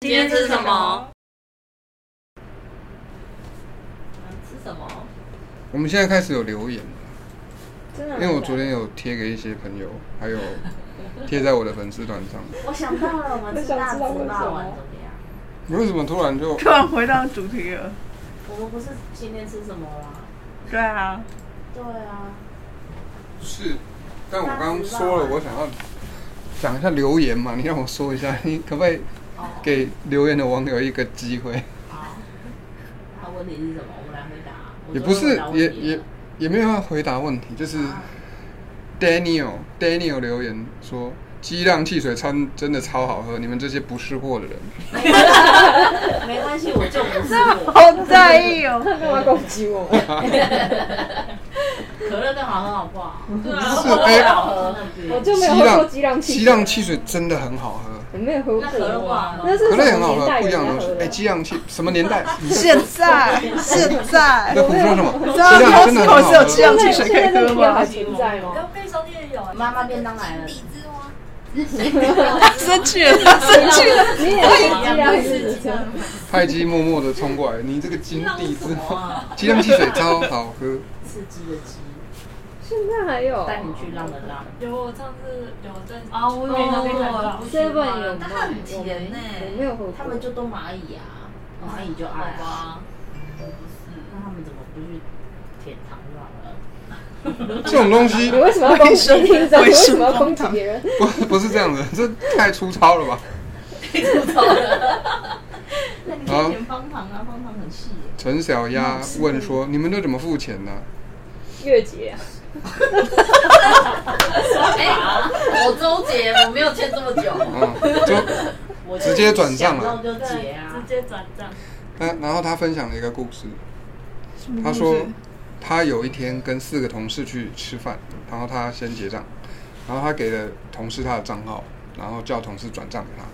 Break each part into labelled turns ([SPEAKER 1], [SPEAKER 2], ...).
[SPEAKER 1] 今天吃什么？
[SPEAKER 2] 吃什么？
[SPEAKER 3] 我们现在开始有留言，
[SPEAKER 2] 真的
[SPEAKER 3] 因为我昨天有贴给一些朋友，还有贴在我的粉丝团上。
[SPEAKER 2] 我想到了，我们吃大芝麻丸怎么样？
[SPEAKER 3] 你为什么突然就
[SPEAKER 1] 突然回到主题了。
[SPEAKER 2] 我们不是今天吃什么啦？
[SPEAKER 1] 对啊，
[SPEAKER 2] 对啊，
[SPEAKER 3] 是？但我刚刚说了，我想要讲一下留言嘛，你让我说一下，你可不可以
[SPEAKER 2] 哦，
[SPEAKER 3] 给留言的网友一个机会？
[SPEAKER 2] 好。那问题是什么？我们来回答。 我
[SPEAKER 3] 也
[SPEAKER 2] 昨
[SPEAKER 3] 不
[SPEAKER 2] 天回
[SPEAKER 3] 是
[SPEAKER 2] 答，问
[SPEAKER 3] 也
[SPEAKER 2] 你
[SPEAKER 3] 也
[SPEAKER 2] 了
[SPEAKER 3] 也没有要回答问题，就是
[SPEAKER 2] 啊
[SPEAKER 3] Daniel Daniel 留言说。激浪汽水餐真的超好喝，你们这些不是货的人，
[SPEAKER 2] 没关系，我就不 是我。
[SPEAKER 1] 好在意哦。
[SPEAKER 4] 干嘛攻击我们？
[SPEAKER 2] 可乐更好喝，好不好？对
[SPEAKER 3] 是哎
[SPEAKER 2] 好喝。
[SPEAKER 4] 我就没有
[SPEAKER 3] 激
[SPEAKER 4] 喝过
[SPEAKER 3] 浪
[SPEAKER 4] 激浪汽水，
[SPEAKER 3] 激浪汽水真的很好喝，
[SPEAKER 4] 我没有喝
[SPEAKER 2] 那可乐不
[SPEAKER 4] 过。啊
[SPEAKER 2] 好喝吗
[SPEAKER 4] 那是
[SPEAKER 3] 可
[SPEAKER 4] 什
[SPEAKER 3] 乐也很
[SPEAKER 4] 么
[SPEAKER 3] 好
[SPEAKER 4] 年
[SPEAKER 3] 喝，
[SPEAKER 4] 代
[SPEAKER 3] 不一样
[SPEAKER 4] 人
[SPEAKER 3] 的东
[SPEAKER 4] 在
[SPEAKER 3] 西
[SPEAKER 4] 喝。
[SPEAKER 3] 哎，
[SPEAKER 4] 的？
[SPEAKER 3] 激浪汽什么年代？
[SPEAKER 1] 现在，现在
[SPEAKER 3] 你在，胡说什么？
[SPEAKER 4] 我
[SPEAKER 3] 激
[SPEAKER 1] 知道
[SPEAKER 3] 浪真的很好
[SPEAKER 1] 只有
[SPEAKER 3] 喝。
[SPEAKER 1] 激浪汽水可以喝吗
[SPEAKER 4] 还？存在吗？
[SPEAKER 5] 被收店有
[SPEAKER 2] 妈妈便当来了。
[SPEAKER 5] 汁吗？
[SPEAKER 1] 他生气了，他生气了。
[SPEAKER 4] 你也是激浪汽水，
[SPEAKER 3] 派基默默的冲过来，你这个金地之
[SPEAKER 2] 什么啊
[SPEAKER 3] 激浪汽水超好喝，
[SPEAKER 2] 刺激的鸡，
[SPEAKER 4] 现在还有啊
[SPEAKER 2] 带你去浪的浪。
[SPEAKER 5] 有，我上次有一阵子
[SPEAKER 2] 啊，我
[SPEAKER 5] 以为你没看到
[SPEAKER 4] Seven 有卖
[SPEAKER 5] 但它很甜呢、
[SPEAKER 4] 我没有喝过。
[SPEAKER 2] 他们就都蚂蚁啊，蚂蚁就爱
[SPEAKER 5] 好
[SPEAKER 2] 啊。
[SPEAKER 5] 吧，
[SPEAKER 2] 那他们怎么不去舔糖尿呢？
[SPEAKER 3] 这种东西
[SPEAKER 4] 你为什么要攻击听众？你为什么要攻击别人？
[SPEAKER 3] 不 不是这样的，这太粗糙了吧？
[SPEAKER 2] 那你
[SPEAKER 3] 好
[SPEAKER 2] 可以舔方糖啊，方糖很细耶。
[SPEAKER 3] 陈小鸭问说：“你们都怎么付钱呢、
[SPEAKER 4] 月姐啊，
[SPEAKER 2] 哎、我周杰，我没有欠这么久，
[SPEAKER 3] 嗯，就
[SPEAKER 2] 我
[SPEAKER 3] 直接转账啊
[SPEAKER 2] 了，就结
[SPEAKER 5] 对，
[SPEAKER 2] 啊
[SPEAKER 5] 直。接转账。
[SPEAKER 3] 他然后他分享了一个故事，他说他有一天跟四个同事去吃饭，然后他先结账，然后他给了同事他的账号，然后叫同事转账给他，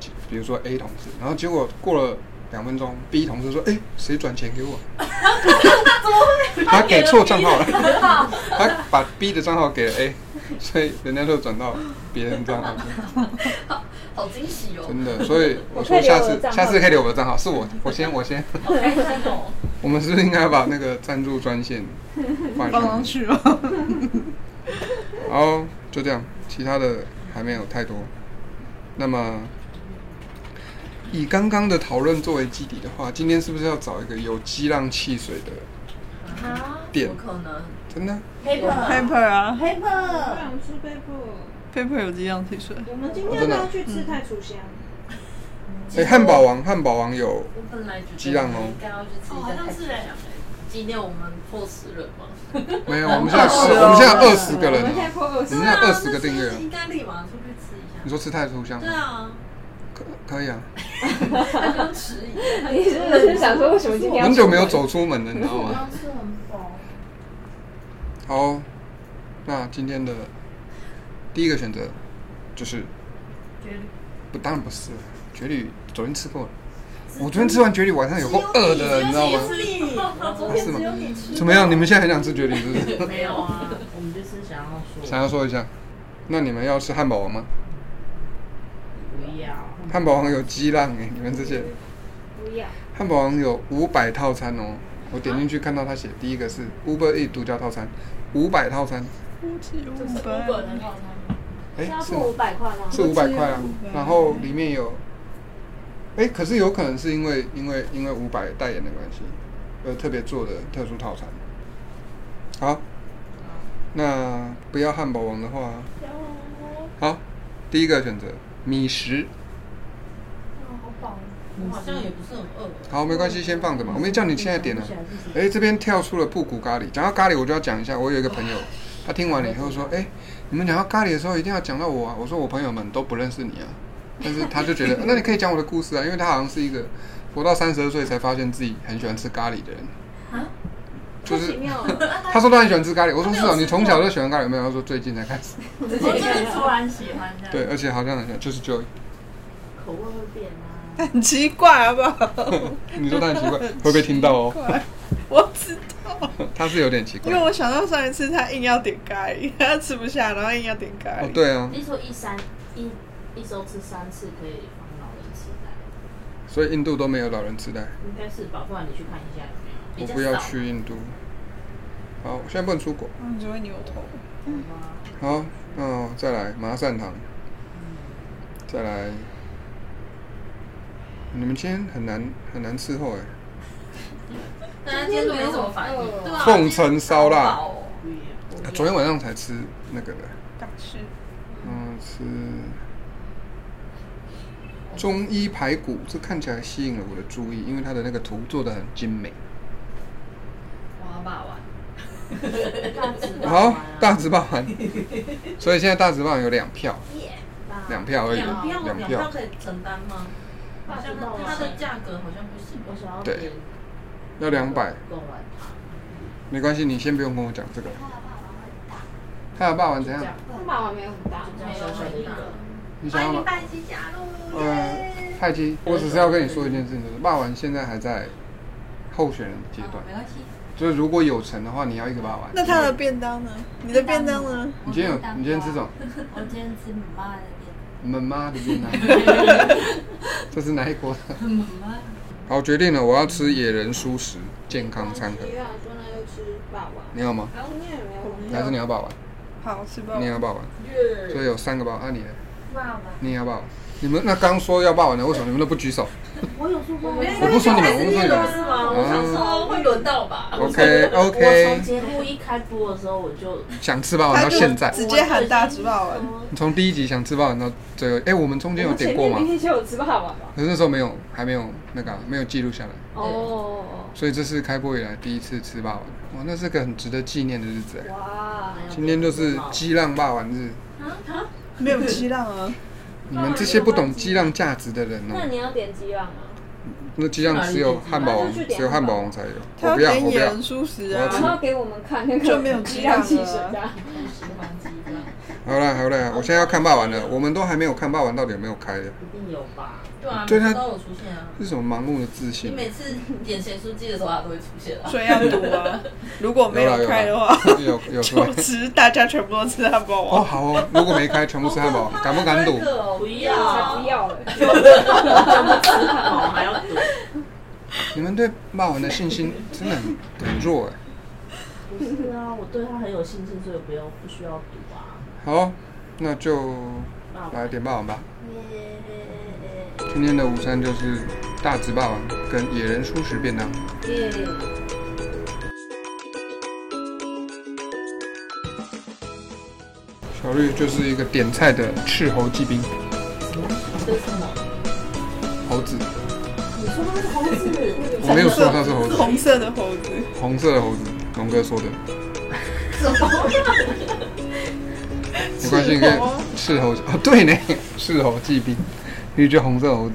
[SPEAKER 3] 就比如说 A 同事，然后结果过了两分钟，B 同事说：“哎、谁转钱给我？” 他给错账号了， 他把 B 的账号给了 A，所以人家就转到别人账号去。
[SPEAKER 2] 好惊喜哦！
[SPEAKER 3] 真的，所以我
[SPEAKER 4] 我
[SPEAKER 3] 说
[SPEAKER 4] 可以
[SPEAKER 3] 下
[SPEAKER 4] 留我
[SPEAKER 3] 次
[SPEAKER 4] 的账号
[SPEAKER 3] 下次可以留我的账号，是我我先我先，
[SPEAKER 2] 好开心哦！
[SPEAKER 3] 我们是不是应该把那个赞助专线放
[SPEAKER 1] 放
[SPEAKER 3] 上
[SPEAKER 1] 上
[SPEAKER 3] 去？
[SPEAKER 1] 去吗？
[SPEAKER 3] 好，就这样，其他的还没有太多。那么，以刚刚的讨论作为基底的话，今天是不是要找一个有激浪汽水的
[SPEAKER 2] 啊
[SPEAKER 3] 店？
[SPEAKER 2] 不可能
[SPEAKER 3] 真的？
[SPEAKER 2] ，paper
[SPEAKER 1] paper 啊
[SPEAKER 2] paper，
[SPEAKER 6] 想吃贝布，
[SPEAKER 1] ，paper 有激浪汽水。
[SPEAKER 6] 我们今天要不要去吃太楚香？
[SPEAKER 3] 哦哎，汉堡王，汉堡王有
[SPEAKER 2] 我本来觉得
[SPEAKER 3] 激浪哦
[SPEAKER 2] 应该要去吃
[SPEAKER 5] 哦，
[SPEAKER 2] 一
[SPEAKER 5] 好
[SPEAKER 2] 个
[SPEAKER 5] 像
[SPEAKER 2] 太
[SPEAKER 5] 是
[SPEAKER 2] 极
[SPEAKER 5] 哎
[SPEAKER 2] 拳，今天我们破十人嘛，
[SPEAKER 3] 没有？我们现在
[SPEAKER 1] 好
[SPEAKER 3] 十，
[SPEAKER 1] 吃哦
[SPEAKER 3] 我们现在二十个人
[SPEAKER 6] 我们现在
[SPEAKER 3] 啊，
[SPEAKER 6] 破二
[SPEAKER 3] 我
[SPEAKER 6] 十
[SPEAKER 3] 们现在二十个订阅
[SPEAKER 5] 那
[SPEAKER 3] 啊
[SPEAKER 5] 是。应该立马出去吃一下。
[SPEAKER 3] 你说吃太出香
[SPEAKER 5] 对
[SPEAKER 3] 吗？
[SPEAKER 5] 啊，
[SPEAKER 3] 可可以啊，
[SPEAKER 5] 迟疑。
[SPEAKER 4] 你是不是想说为什么今天要
[SPEAKER 3] 很久没有走出门了，你知道吗？
[SPEAKER 2] 吃很饱。
[SPEAKER 3] 好，那今天的第一个选择就是
[SPEAKER 5] 绝旅
[SPEAKER 3] 不，当然不是绝旅，昨天吃过了。我昨天吃完绝旅，晚上有够饿的，你知道吗？啊是吗？怎么样？你们现在很想吃绝旅是不是？
[SPEAKER 2] 没有啊，我们就是想要说
[SPEAKER 3] 想要说一下，那你们要吃汉堡王吗？
[SPEAKER 2] 不要，
[SPEAKER 3] 汉堡王有鸡浪哎、你们这些
[SPEAKER 4] 不要，
[SPEAKER 3] 汉堡王有五百套餐哦。我点进去看到他写第一个是 Uber E 独家套餐，五百套餐，
[SPEAKER 1] 五百，
[SPEAKER 5] Uber 的套餐吗？
[SPEAKER 3] 哎、
[SPEAKER 4] 要
[SPEAKER 3] 是
[SPEAKER 4] 付
[SPEAKER 3] 吗
[SPEAKER 4] 五百块吗？
[SPEAKER 3] 是五百块啊
[SPEAKER 1] 500，
[SPEAKER 3] 然后里面有，哎、可是有可能是因为因为因为五百代言的关系，呃，特别做的特殊套餐。好，那不要汉堡王的话，
[SPEAKER 4] 啊
[SPEAKER 3] 好，第一个选择米食，
[SPEAKER 2] 我好像也不是很饿。
[SPEAKER 3] 好，没关系，先放着嘛，我没叫你现在点啊。哎、这边跳出了布谷咖喱，讲到咖喱我就要讲一下，我有一个朋友，他听完了以后说，哎、你们讲到咖喱的时候一定要讲到我啊，我说我朋友们都不认识你啊，但是他就觉得， 那你可以讲我的故事啊，因为他好像是一个活到三十二岁才发现自己很喜欢吃咖喱的人，就是
[SPEAKER 6] 奇妙了，
[SPEAKER 3] 他说他很喜欢吃咖喱，我说是啊，你从小就喜欢咖喱没有？他说最近才开始，
[SPEAKER 5] 我真的突然喜欢这样。
[SPEAKER 3] 对，而且好像很像就是 Joy，
[SPEAKER 2] 口味会变啊。
[SPEAKER 1] 很奇怪好不好？
[SPEAKER 3] 你说他很奇怪，会不会听到哦？
[SPEAKER 1] 怪我知道，
[SPEAKER 3] 他是有点奇怪
[SPEAKER 1] 因为，我想到上一次他硬要点咖喱，他吃不下，然后硬要点咖
[SPEAKER 3] 哦
[SPEAKER 1] 喱。
[SPEAKER 3] 对啊，
[SPEAKER 2] 听说一三一一周吃三次可以防老人痴呆，
[SPEAKER 3] 所以印度都没有老人痴呆。
[SPEAKER 2] 应该是吧，不然你去看一下有没有。比
[SPEAKER 3] 我
[SPEAKER 2] 较
[SPEAKER 3] 不要
[SPEAKER 2] 少
[SPEAKER 3] 去印度。好，现在不能出国。
[SPEAKER 1] 嗯，只会扭头。
[SPEAKER 3] 好，那我再来麻善堂，再来。你们今天很难很难伺候哎、
[SPEAKER 5] 大家今天都没什么反应，对啊，
[SPEAKER 3] 奉承烧
[SPEAKER 5] 今
[SPEAKER 3] 腊
[SPEAKER 5] 天好饱哦
[SPEAKER 2] 不一样
[SPEAKER 3] 啊昨天晚上才吃那个的，
[SPEAKER 1] 大师，
[SPEAKER 3] 嗯，吃中医排骨，这看起来吸引了我的注意，因为它的那个图做的很精美。
[SPEAKER 5] 哇霸王，
[SPEAKER 2] 大直吧
[SPEAKER 3] 好，大直棒丸，所以现在大直棒有两票，两票而已，
[SPEAKER 5] 两票
[SPEAKER 3] 两
[SPEAKER 5] 两票
[SPEAKER 3] 票
[SPEAKER 5] 可以承担吗？好像它它的价格好像不行，
[SPEAKER 2] 我想要
[SPEAKER 3] 对
[SPEAKER 2] 点
[SPEAKER 3] 要两百，
[SPEAKER 2] 贡丸汤，
[SPEAKER 3] 没关系，你先不用跟我讲这个。他的霸王怎样
[SPEAKER 2] 这？样
[SPEAKER 4] 霸王没有很大，
[SPEAKER 2] 这样小小一个，
[SPEAKER 3] 你想要吗？呃，泰姬，我只是要跟你说一件事情，就是霸王现在还在候选人阶段，
[SPEAKER 5] 没关系。
[SPEAKER 3] 就是如果有成的话，你要一个霸王。
[SPEAKER 1] 那他的便当呢？你的便当呢？
[SPEAKER 3] 你今天有你今天吃什么？
[SPEAKER 7] 我今天吃母妈的
[SPEAKER 3] 你们妈的便当，这是哪一国的？
[SPEAKER 7] 面，母妈
[SPEAKER 3] 好，决定了，我要吃野人蔬食健康餐盒
[SPEAKER 6] 我，想说那就吃霸王，
[SPEAKER 3] 你要吗？
[SPEAKER 6] 然后你也没有
[SPEAKER 3] 还是你要霸王？
[SPEAKER 1] 好吃吧
[SPEAKER 3] 你。也要霸王？所以有三个霸王，啊你呢？
[SPEAKER 7] 爸爸。
[SPEAKER 3] 你也要霸王？你们那刚说要霸王的，为什么你们都不举手？
[SPEAKER 2] 我有说过吗，
[SPEAKER 6] 啊
[SPEAKER 3] 我不说你们，我不说你
[SPEAKER 5] 是
[SPEAKER 3] 们。
[SPEAKER 5] 吗？我想说会轮到吧。
[SPEAKER 3] 啊 OK
[SPEAKER 2] 我
[SPEAKER 3] OK，
[SPEAKER 2] 从节目一开播的时候我就
[SPEAKER 3] 想吃霸王到现在，
[SPEAKER 1] 直接喊大直霸王，
[SPEAKER 3] 你从第一集想吃霸王到最后，哎，我们中间有点过
[SPEAKER 4] 我们前面
[SPEAKER 3] 吗
[SPEAKER 4] 明？天就有吃霸王吧？
[SPEAKER 3] 可是那时候没有，还没有那个啊、没有记录下来，
[SPEAKER 4] 哦，
[SPEAKER 3] 所以这是开播以来第一次吃霸王，哇，那是个很值得纪念的日子哎。
[SPEAKER 4] 哇，
[SPEAKER 3] 今天就是激浪霸王日，
[SPEAKER 1] 没有激浪啊。
[SPEAKER 3] 你们这些不懂激浪价值的人哦、
[SPEAKER 4] 那你要点鸡浪吗？
[SPEAKER 3] 那鸡酱只有汉堡王，
[SPEAKER 4] 那就去点
[SPEAKER 3] 只有汉堡王才有。
[SPEAKER 1] 他
[SPEAKER 3] 我
[SPEAKER 1] 要
[SPEAKER 3] 不要，
[SPEAKER 1] 点
[SPEAKER 3] 我不
[SPEAKER 1] 野
[SPEAKER 3] 要
[SPEAKER 1] 人。素食
[SPEAKER 3] 我
[SPEAKER 1] 啊
[SPEAKER 3] 要。
[SPEAKER 4] 然后给我们看那个
[SPEAKER 1] 就没有
[SPEAKER 4] 鸡
[SPEAKER 1] 鸡
[SPEAKER 4] 浪
[SPEAKER 1] 浪
[SPEAKER 4] 汽
[SPEAKER 1] 了
[SPEAKER 4] 水啊，
[SPEAKER 2] 哎
[SPEAKER 3] 好了好了，我现在要看霸王了。我们都还没有看霸王到底有没有开的，
[SPEAKER 2] 一定有吧，
[SPEAKER 5] 对啊，
[SPEAKER 3] 对他
[SPEAKER 5] 都有出现啊。
[SPEAKER 3] 这是什么盲目的自
[SPEAKER 5] 你
[SPEAKER 3] 信？
[SPEAKER 5] 每次点咸酥鸡的时候，它都会出现啊。
[SPEAKER 1] 所以要赌啊！如果没有开的话，
[SPEAKER 3] 有有 出来
[SPEAKER 1] 就。吃大家全部都吃汉堡
[SPEAKER 3] 哦
[SPEAKER 1] 王。
[SPEAKER 3] 好哦，如果没开，全部吃汉堡王，敢不敢赌？
[SPEAKER 5] 哦不
[SPEAKER 4] 才不 要了。
[SPEAKER 5] 啊
[SPEAKER 2] 哦还要赌，
[SPEAKER 3] 你们对霸王的信心真的很很弱哎。
[SPEAKER 2] 不是啊，我对他很有信心，所以不要不需要赌啊。
[SPEAKER 3] 好，那就
[SPEAKER 2] 那我
[SPEAKER 3] 来点霸王吧。今天的午餐就是大直霸王跟野人素食便当。小绿就是一个点菜的斥候骑兵，
[SPEAKER 2] 这是什么？
[SPEAKER 3] 猴子。
[SPEAKER 2] 你说他是猴子？
[SPEAKER 3] 我没有说它是 猴子，
[SPEAKER 1] 红色的猴子，
[SPEAKER 3] 红色的猴子，龙哥说的。没关系，你可以
[SPEAKER 1] 猴啊
[SPEAKER 3] 哦 斥猴啊，对呢，斥猴骑兵，你觉得红色猴子？